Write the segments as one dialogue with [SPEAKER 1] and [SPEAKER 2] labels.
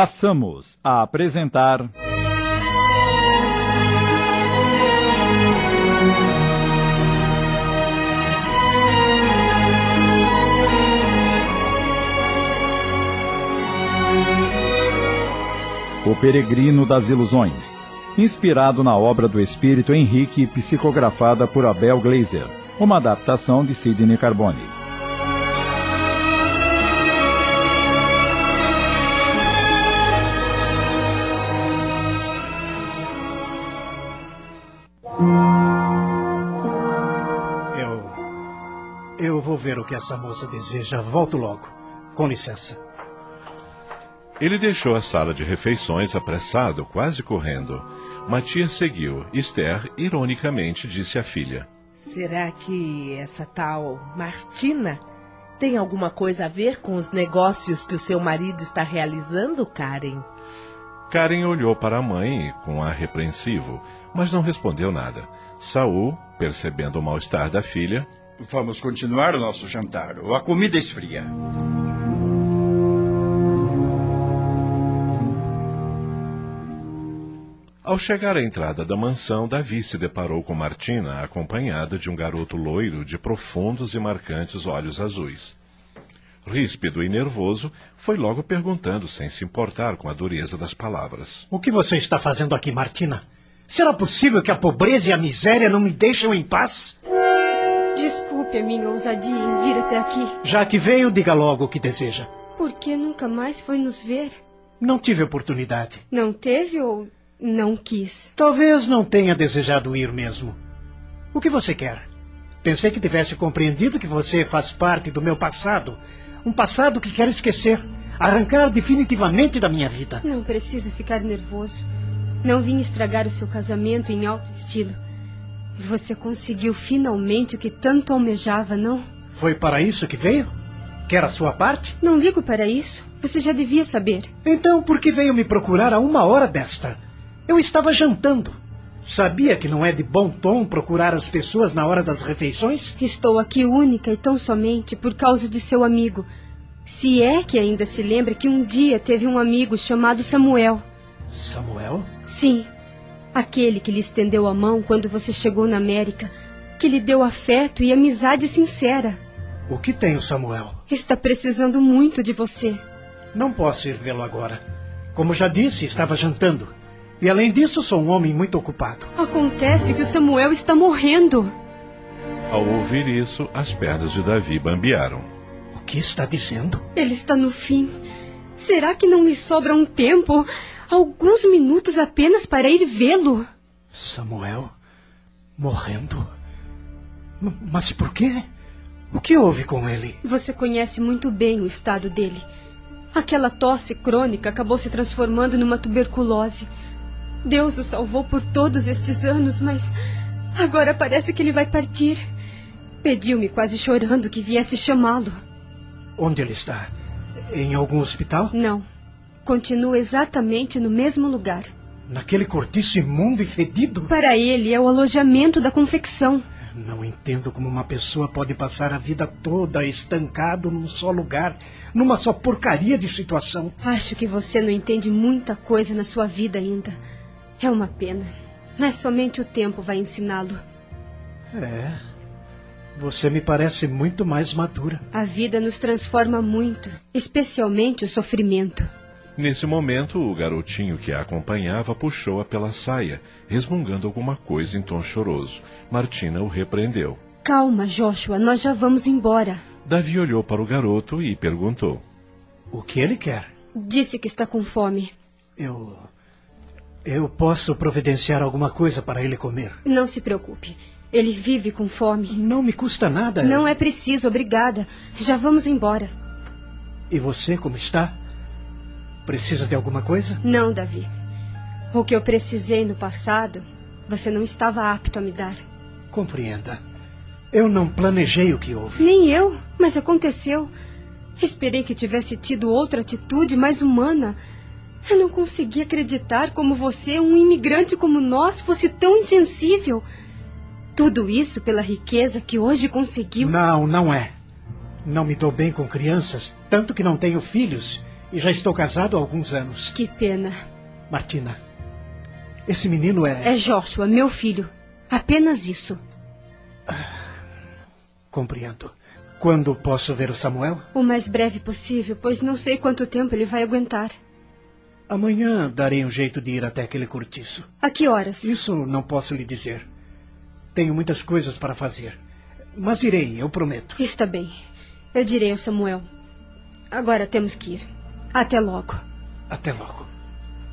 [SPEAKER 1] passamos a apresentar. O Peregrino das Ilusões, inspirado na obra do espírito Henrique e psicografada por Abel Glaser, uma adaptação de Sidney Carbone.
[SPEAKER 2] Eu. Eu vou ver o que essa moça deseja. Volto logo. Com licença.
[SPEAKER 3] Ele deixou a sala de refeições apressado, quase correndo. Matias seguiu. Esther, ironicamente, disse à filha.
[SPEAKER 4] Será que essa tal Martina tem alguma coisa a ver com os negócios que o seu marido está realizando, Karen?
[SPEAKER 3] Karen olhou para a mãe com ar repreensivo, mas não respondeu nada. Saul, percebendo o mal-estar da filha,
[SPEAKER 5] Vamos continuar o nosso jantar. ou A comida é esfria.
[SPEAKER 3] ao chegar à entrada da mansão, Davi se deparou com Martina, acompanhada de um garoto loiro de profundos e marcantes olhos azuis. Ríspido e nervoso, foi logo perguntando sem se importar com a dureza das palavras.
[SPEAKER 2] O que você está fazendo aqui, Martina? Será possível que a pobreza e a miséria não me deixam em paz?
[SPEAKER 6] Desculpe a minha ousadia em vir até aqui.
[SPEAKER 2] Já que veio, diga logo o que deseja.
[SPEAKER 6] Por que nunca mais foi nos ver?
[SPEAKER 2] Não tive oportunidade.
[SPEAKER 6] Não teve ou não quis?
[SPEAKER 2] Talvez não tenha desejado ir mesmo. O que você quer? Pensei que tivesse compreendido que você faz parte do meu passado. Um passado que quero esquecer, arrancar definitivamente da minha vida.
[SPEAKER 6] Não precisa ficar nervoso. Não vim estragar o seu casamento em alto estilo. Você conseguiu finalmente o que tanto almejava, não?
[SPEAKER 2] Foi para isso que veio? Quer a sua parte?
[SPEAKER 6] Não ligo para isso. Você já devia saber.
[SPEAKER 2] Então por que veio me procurar a uma hora desta? Eu estava jantando. Sabia que não é de bom tom procurar as pessoas na hora das refeições?
[SPEAKER 6] Estou aqui única e tão somente por causa de seu amigo. Se é que ainda se lembra que um dia teve um amigo chamado Samuel.
[SPEAKER 2] Samuel?
[SPEAKER 6] Sim, aquele que lhe estendeu a mão quando você chegou na América, que lhe deu afeto e amizade sincera.
[SPEAKER 2] O que tem o Samuel?
[SPEAKER 6] Está precisando muito de você.
[SPEAKER 2] Não posso ir vê-lo agora. Como já disse, estava jantando. E além disso, sou um homem muito ocupado.
[SPEAKER 6] Acontece que o Samuel está morrendo.
[SPEAKER 3] Ao ouvir isso, as pernas de Davi bambearam.
[SPEAKER 2] O que está dizendo?
[SPEAKER 6] Ele está no fim. Será que não me sobra um tempo, alguns minutos apenas para ir vê-lo?
[SPEAKER 2] Samuel morrendo? M- mas por quê? O que houve com ele?
[SPEAKER 6] Você conhece muito bem o estado dele. Aquela tosse crônica acabou se transformando numa tuberculose. Deus o salvou por todos estes anos, mas agora parece que ele vai partir. Pediu-me, quase chorando, que viesse chamá-lo.
[SPEAKER 2] Onde ele está? Em algum hospital?
[SPEAKER 6] Não. Continua exatamente no mesmo lugar.
[SPEAKER 2] Naquele cortiço imundo e fedido?
[SPEAKER 6] Para ele é o alojamento da confecção.
[SPEAKER 2] Não entendo como uma pessoa pode passar a vida toda estancado num só lugar, numa só porcaria de situação.
[SPEAKER 6] Acho que você não entende muita coisa na sua vida ainda. É uma pena. Mas somente o tempo vai ensiná-lo.
[SPEAKER 2] É. Você me parece muito mais madura.
[SPEAKER 6] A vida nos transforma muito, especialmente o sofrimento.
[SPEAKER 3] Nesse momento, o garotinho que a acompanhava puxou-a pela saia, resmungando alguma coisa em tom choroso. Martina o repreendeu.
[SPEAKER 6] Calma, Joshua, nós já vamos embora.
[SPEAKER 3] Davi olhou para o garoto e perguntou.
[SPEAKER 2] O que ele quer?
[SPEAKER 6] Disse que está com fome.
[SPEAKER 2] Eu. Eu posso providenciar alguma coisa para ele comer.
[SPEAKER 6] Não se preocupe. Ele vive com fome.
[SPEAKER 2] Não me custa nada.
[SPEAKER 6] Não é preciso, obrigada. Já vamos embora.
[SPEAKER 2] E você, como está? Precisa de alguma coisa?
[SPEAKER 6] Não, Davi. O que eu precisei no passado, você não estava apto a me dar.
[SPEAKER 2] Compreenda. Eu não planejei o que houve.
[SPEAKER 6] Nem eu, mas aconteceu. Esperei que tivesse tido outra atitude mais humana. Eu não consegui acreditar como você, um imigrante como nós, fosse tão insensível. Tudo isso pela riqueza que hoje conseguiu.
[SPEAKER 2] Não, não é. Não me dou bem com crianças, tanto que não tenho filhos. E E já estou casado há alguns anos.
[SPEAKER 6] Que pena.
[SPEAKER 2] Martina, esse menino é.
[SPEAKER 6] É Joshua, meu filho. Apenas isso.
[SPEAKER 2] Compreendo. Quando posso ver o Samuel?
[SPEAKER 6] O mais breve possível, pois não sei quanto tempo ele vai aguentar.
[SPEAKER 2] Amanhã darei um jeito de ir até aquele cortiço.
[SPEAKER 6] A que horas?
[SPEAKER 2] Isso não posso lhe dizer. Tenho muitas coisas para fazer. Mas irei, eu prometo.
[SPEAKER 6] Está bem. Eu direi ao Samuel. Agora temos que ir. Até logo.
[SPEAKER 2] Até logo.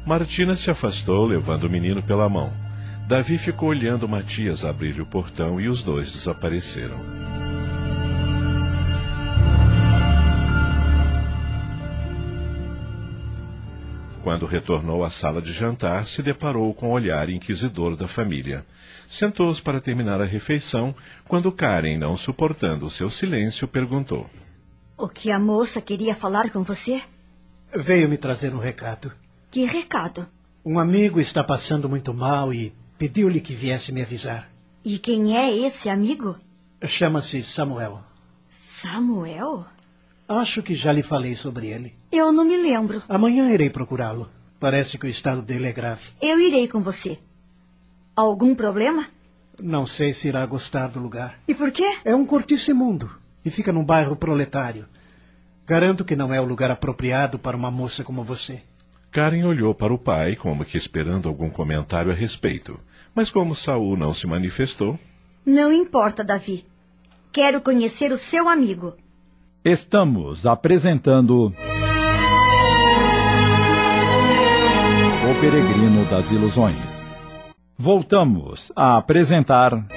[SPEAKER 3] Martina se afastou, levando o menino pela mão. Davi ficou olhando Matias abrir o portão e os dois desapareceram. Quando retornou à sala de jantar, se deparou com o olhar inquisidor da família. Sentou-se para terminar a refeição, quando Karen, não suportando o seu silêncio, perguntou:
[SPEAKER 7] O que a moça queria falar com você?
[SPEAKER 2] Veio me trazer um recado.
[SPEAKER 7] Que recado?
[SPEAKER 2] Um amigo está passando muito mal e pediu-lhe que viesse me avisar.
[SPEAKER 7] E quem é esse amigo?
[SPEAKER 2] Chama-se Samuel.
[SPEAKER 7] Samuel?
[SPEAKER 2] Acho que já lhe falei sobre ele.
[SPEAKER 7] Eu não me lembro.
[SPEAKER 2] Amanhã irei procurá-lo. Parece que o estado dele é grave.
[SPEAKER 7] Eu irei com você. Algum problema?
[SPEAKER 2] Não sei se irá gostar do lugar.
[SPEAKER 7] E por quê?
[SPEAKER 2] É um cortiço imundo e fica num bairro proletário. Garanto que não é o lugar apropriado para uma moça como você.
[SPEAKER 3] Karen olhou para o pai, como que esperando algum comentário a respeito. Mas como Saul não se manifestou,
[SPEAKER 7] Não importa, Davi. Quero conhecer o seu amigo.
[SPEAKER 1] Estamos apresentando O Peregrino das Ilusões. Voltamos a apresentar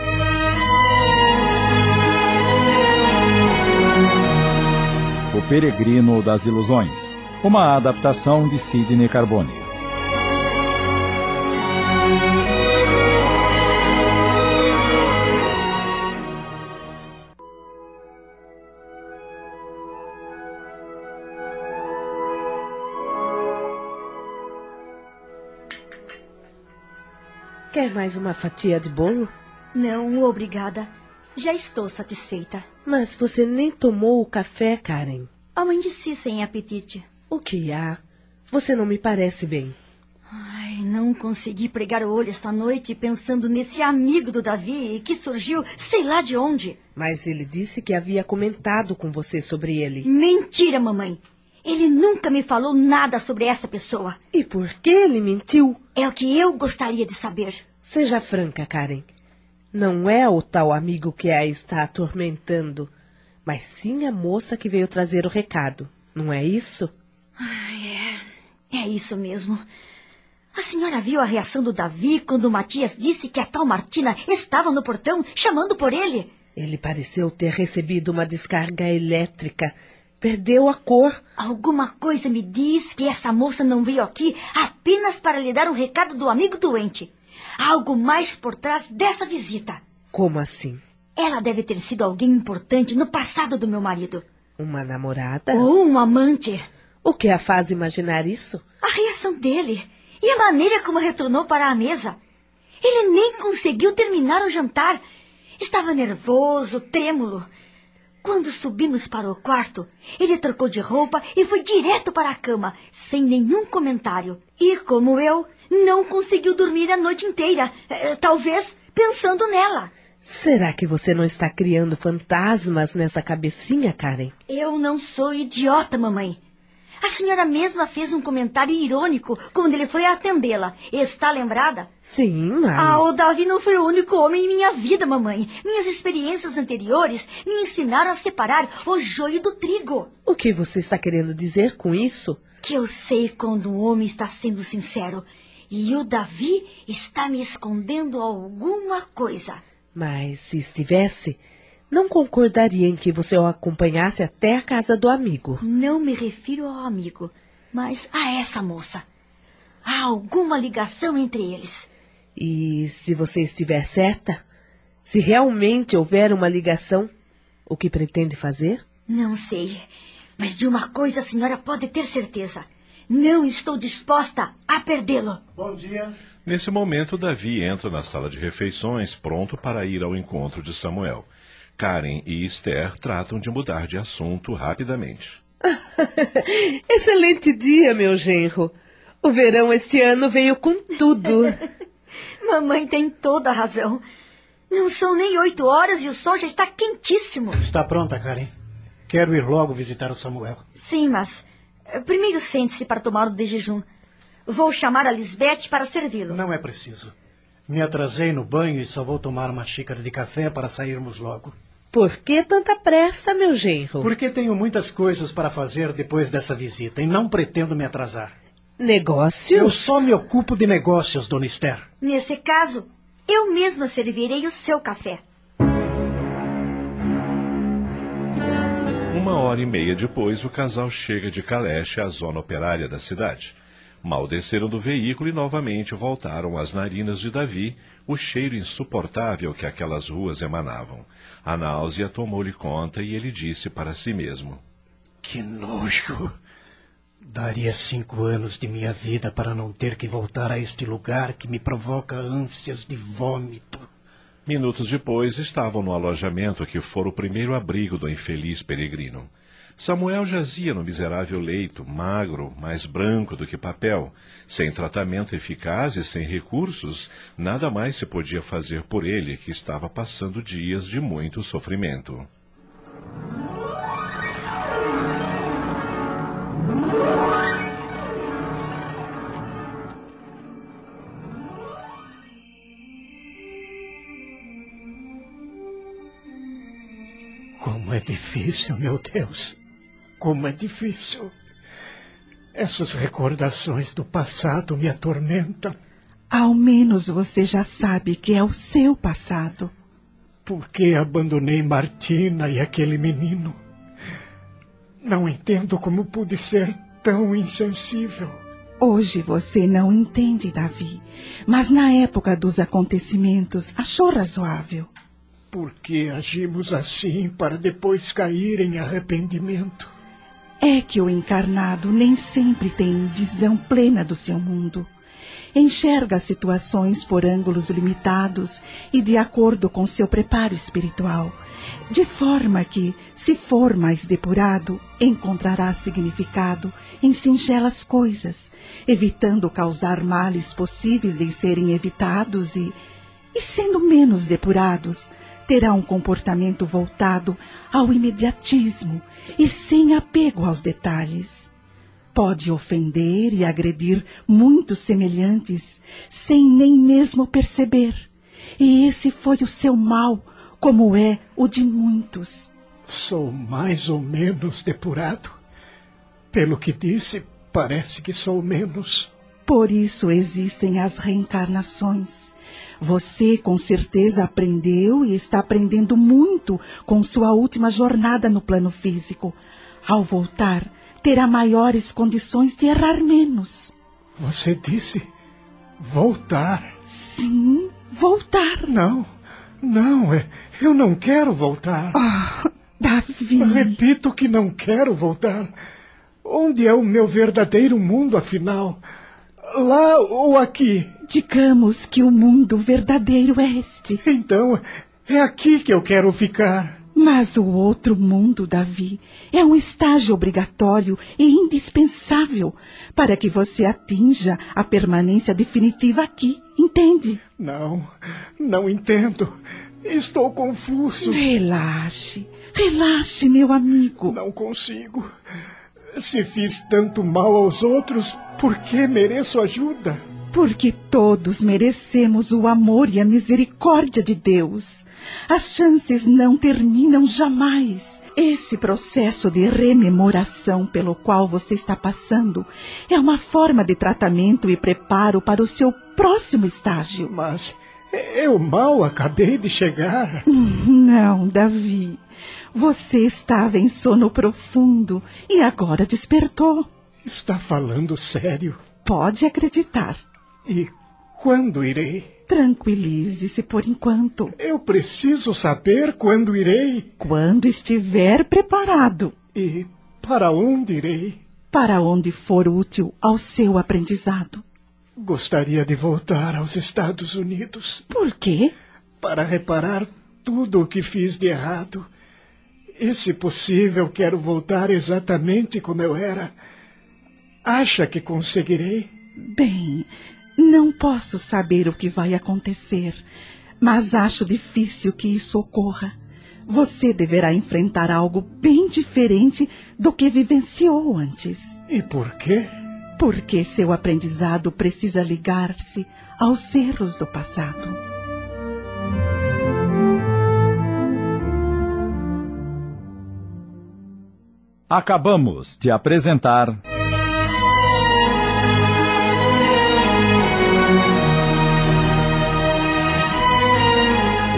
[SPEAKER 1] O Peregrino das Ilusões, uma adaptação de Sidney Carbone.
[SPEAKER 4] Quer mais uma fatia de bolo?
[SPEAKER 7] Não, obrigada. Já estou satisfeita.
[SPEAKER 4] Mas você nem tomou o café, Karen.
[SPEAKER 7] Amanheci sem apetite.
[SPEAKER 4] O que há? Você não me parece bem.
[SPEAKER 7] Ai, não consegui pregar o olho esta noite pensando nesse amigo do Davi que surgiu sei lá de onde.
[SPEAKER 4] Mas ele disse que havia comentado com você sobre ele.
[SPEAKER 7] Mentira, mamãe. Ele nunca me falou nada sobre essa pessoa.
[SPEAKER 4] E por que ele mentiu?
[SPEAKER 7] É o que eu gostaria de saber.
[SPEAKER 4] Seja franca, Karen. Não é o tal amigo que a está atormentando, mas sim a moça que veio trazer o recado. Não é isso?
[SPEAKER 7] É isso mesmo. A senhora viu a reação do Davi quando o Matias disse que a tal Martina estava no portão chamando por ele?
[SPEAKER 4] Ele pareceu ter recebido uma descarga elétrica. Perdeu a cor.
[SPEAKER 7] Alguma coisa me diz que essa moça não veio aqui apenas para lhe dar um recado do amigo doente. Há algo mais por trás dessa visita.
[SPEAKER 4] Como assim?
[SPEAKER 7] Ela deve ter sido alguém importante no passado do meu marido.
[SPEAKER 4] Uma namorada?
[SPEAKER 7] Ou um amante.
[SPEAKER 4] O que a faz imaginar isso?
[SPEAKER 7] A reação dele e a maneira como retornou para a mesa. Ele nem conseguiu terminar o jantar. Estava nervoso, trêmulo. Quando subimos para o quarto, ele trocou de roupa e foi direto para a cama, sem nenhum comentário. E como eu, não conseguiu dormir a noite inteira, eh, talvez pensando nela.
[SPEAKER 4] Será que você não está criando fantasmas nessa cabecinha, Karen?
[SPEAKER 7] Eu não sou idiota, mamãe. A senhora mesma fez um comentário irônico quando ele foi atendê-la. Está lembrada?
[SPEAKER 4] Sim, mas.
[SPEAKER 7] Ah, o Davi não foi o único homem em minha vida, mamãe. Minhas experiências anteriores me ensinaram a separar o joio do trigo.
[SPEAKER 4] O que você está querendo dizer com isso?
[SPEAKER 7] Que eu sei quando um homem está sendo sincero. E o Davi está me escondendo alguma coisa.
[SPEAKER 4] Mas se estivesse, não concordaria em que você o acompanhasse até a casa do amigo.
[SPEAKER 7] Não me refiro ao amigo, mas a essa moça. Há alguma ligação entre eles.
[SPEAKER 4] E se você estiver certa, se realmente houver uma ligação, o que pretende fazer?
[SPEAKER 7] Não sei, mas de uma coisa a senhora pode ter certeza. Não estou disposta a perdê-lo.
[SPEAKER 2] Bom dia.
[SPEAKER 3] Nesse momento, Davi entra na sala de refeições, pronto para ir ao encontro de Samuel. Karen e Esther tratam de mudar de assunto rapidamente.
[SPEAKER 4] Excelente dia, meu genro. O verão este ano veio com tudo.
[SPEAKER 7] Mamãe tem toda a razão. Não são nem oito horas e o sol já está quentíssimo.
[SPEAKER 2] Está pronta, Karen? Quero ir logo visitar o Samuel.
[SPEAKER 7] Sim, mas eh, primeiro sente-se para tomar o de jejum. Vou chamar a Lisbeth para servi-lo.
[SPEAKER 2] Não é preciso. Me atrasei no banho e só vou tomar uma xícara de café para sairmos logo.
[SPEAKER 4] Por que tanta pressa, meu genro?
[SPEAKER 2] Porque tenho muitas coisas para fazer depois dessa visita e não pretendo me atrasar.
[SPEAKER 4] Negócios?
[SPEAKER 2] Eu só me ocupo de negócios, Dona Esther.
[SPEAKER 7] Nesse caso, eu mesma servirei o seu café.
[SPEAKER 3] Uma hora e meia depois, o casal chega de Caleche à zona operária da cidade. Mal desceram do veículo e novamente voltaram às narinas de Davi o cheiro insuportável que aquelas ruas emanavam. A náusea tomou-lhe conta e ele disse para si mesmo:
[SPEAKER 2] Que nojo! Daria cinco anos de minha vida para não ter que voltar a este lugar que me provoca ânsias de vômito.
[SPEAKER 3] Minutos depois, estavam no alojamento que fora o primeiro abrigo do infeliz peregrino. Samuel jazia no miserável leito, magro, mais branco do que papel. Sem tratamento eficaz e sem recursos, nada mais se podia fazer por ele, que estava passando dias de muito sofrimento.
[SPEAKER 2] Como é difícil, meu Deus. Como é difícil. Essas recordações do passado me atormentam.
[SPEAKER 8] Ao menos você já sabe que é o seu passado.
[SPEAKER 2] Por que abandonei Martina e aquele menino? Não entendo como pude ser tão insensível.
[SPEAKER 8] Hoje você não entende, Davi, mas na época dos acontecimentos achou razoável.
[SPEAKER 2] Por que agimos assim para depois cair em arrependimento?
[SPEAKER 8] É que o encarnado nem sempre tem visão plena do seu mundo. Enxerga situações por ângulos limitados e de acordo com seu preparo espiritual, de forma que, se for mais depurado, encontrará significado em singelas coisas, evitando causar males possíveis de serem evitados e, e sendo menos depurados, terá um comportamento voltado ao imediatismo e sem apego aos detalhes. Pode ofender e agredir muitos semelhantes sem nem mesmo perceber. E esse foi o seu mal, como é o de muitos.
[SPEAKER 2] Sou mais ou menos depurado. Pelo que disse, parece que sou menos.
[SPEAKER 8] Por isso existem as reencarnações. Você com certeza aprendeu e está aprendendo muito com sua última jornada no plano físico. Ao voltar, terá maiores condições de errar menos.
[SPEAKER 2] Você disse voltar.
[SPEAKER 8] Sim, voltar.
[SPEAKER 2] Não, não, é- eu não quero voltar.
[SPEAKER 8] Ah, Davi.
[SPEAKER 2] Repito que não quero voltar. Onde é o meu verdadeiro mundo, afinal? Lá ou aqui?
[SPEAKER 8] Digamos que o mundo verdadeiro é este,
[SPEAKER 2] Então, é aqui que eu quero ficar.
[SPEAKER 8] mas o outro mundo, Davi, é um estágio obrigatório e indispensável para que você atinja a permanência definitiva aqui, entende?
[SPEAKER 2] Não, não entendo. Estou confuso.
[SPEAKER 8] Relaxe, relaxe, meu amigo.
[SPEAKER 2] Não consigo. Se fiz tanto mal aos outros, por que mereço ajuda?
[SPEAKER 8] Porque todos merecemos o amor e a misericórdia de Deus. As chances não terminam jamais. Esse processo de rememoração pelo qual você está passando é uma forma de tratamento e preparo para o seu próximo estágio.
[SPEAKER 2] Mas eu mal acabei de chegar.
[SPEAKER 8] Não, Davi. Você estava em sono profundo e agora despertou.
[SPEAKER 2] Está falando sério.
[SPEAKER 8] Pode acreditar.
[SPEAKER 2] E quando irei?
[SPEAKER 8] Tranquilize-se por enquanto.
[SPEAKER 2] Eu preciso saber quando irei
[SPEAKER 8] Quando estiver preparado.
[SPEAKER 2] e para onde irei.
[SPEAKER 8] para onde for útil ao seu aprendizado.
[SPEAKER 2] Gostaria de voltar aos Estados Unidos
[SPEAKER 8] Por quê?
[SPEAKER 2] para reparar tudo o que fiz de errado E se possível, quero voltar exatamente como eu era. Acha que conseguirei?
[SPEAKER 8] Bem, não posso saber o que vai acontecer, mas acho difícil que isso ocorra. Você deverá enfrentar algo bem diferente do que vivenciou antes,
[SPEAKER 2] E por quê?
[SPEAKER 8] porque seu aprendizado precisa ligar-se aos erros do passado.
[SPEAKER 1] Acabamos de apresentar.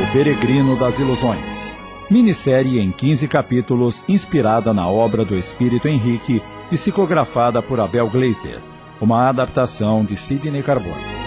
[SPEAKER 1] O Peregrino das Ilusões. Minissérie em 15 capítulos, inspirada na obra do Espírito Henrique, psicografada por Abel Glaser. Uma adaptação de Sidney Carbone.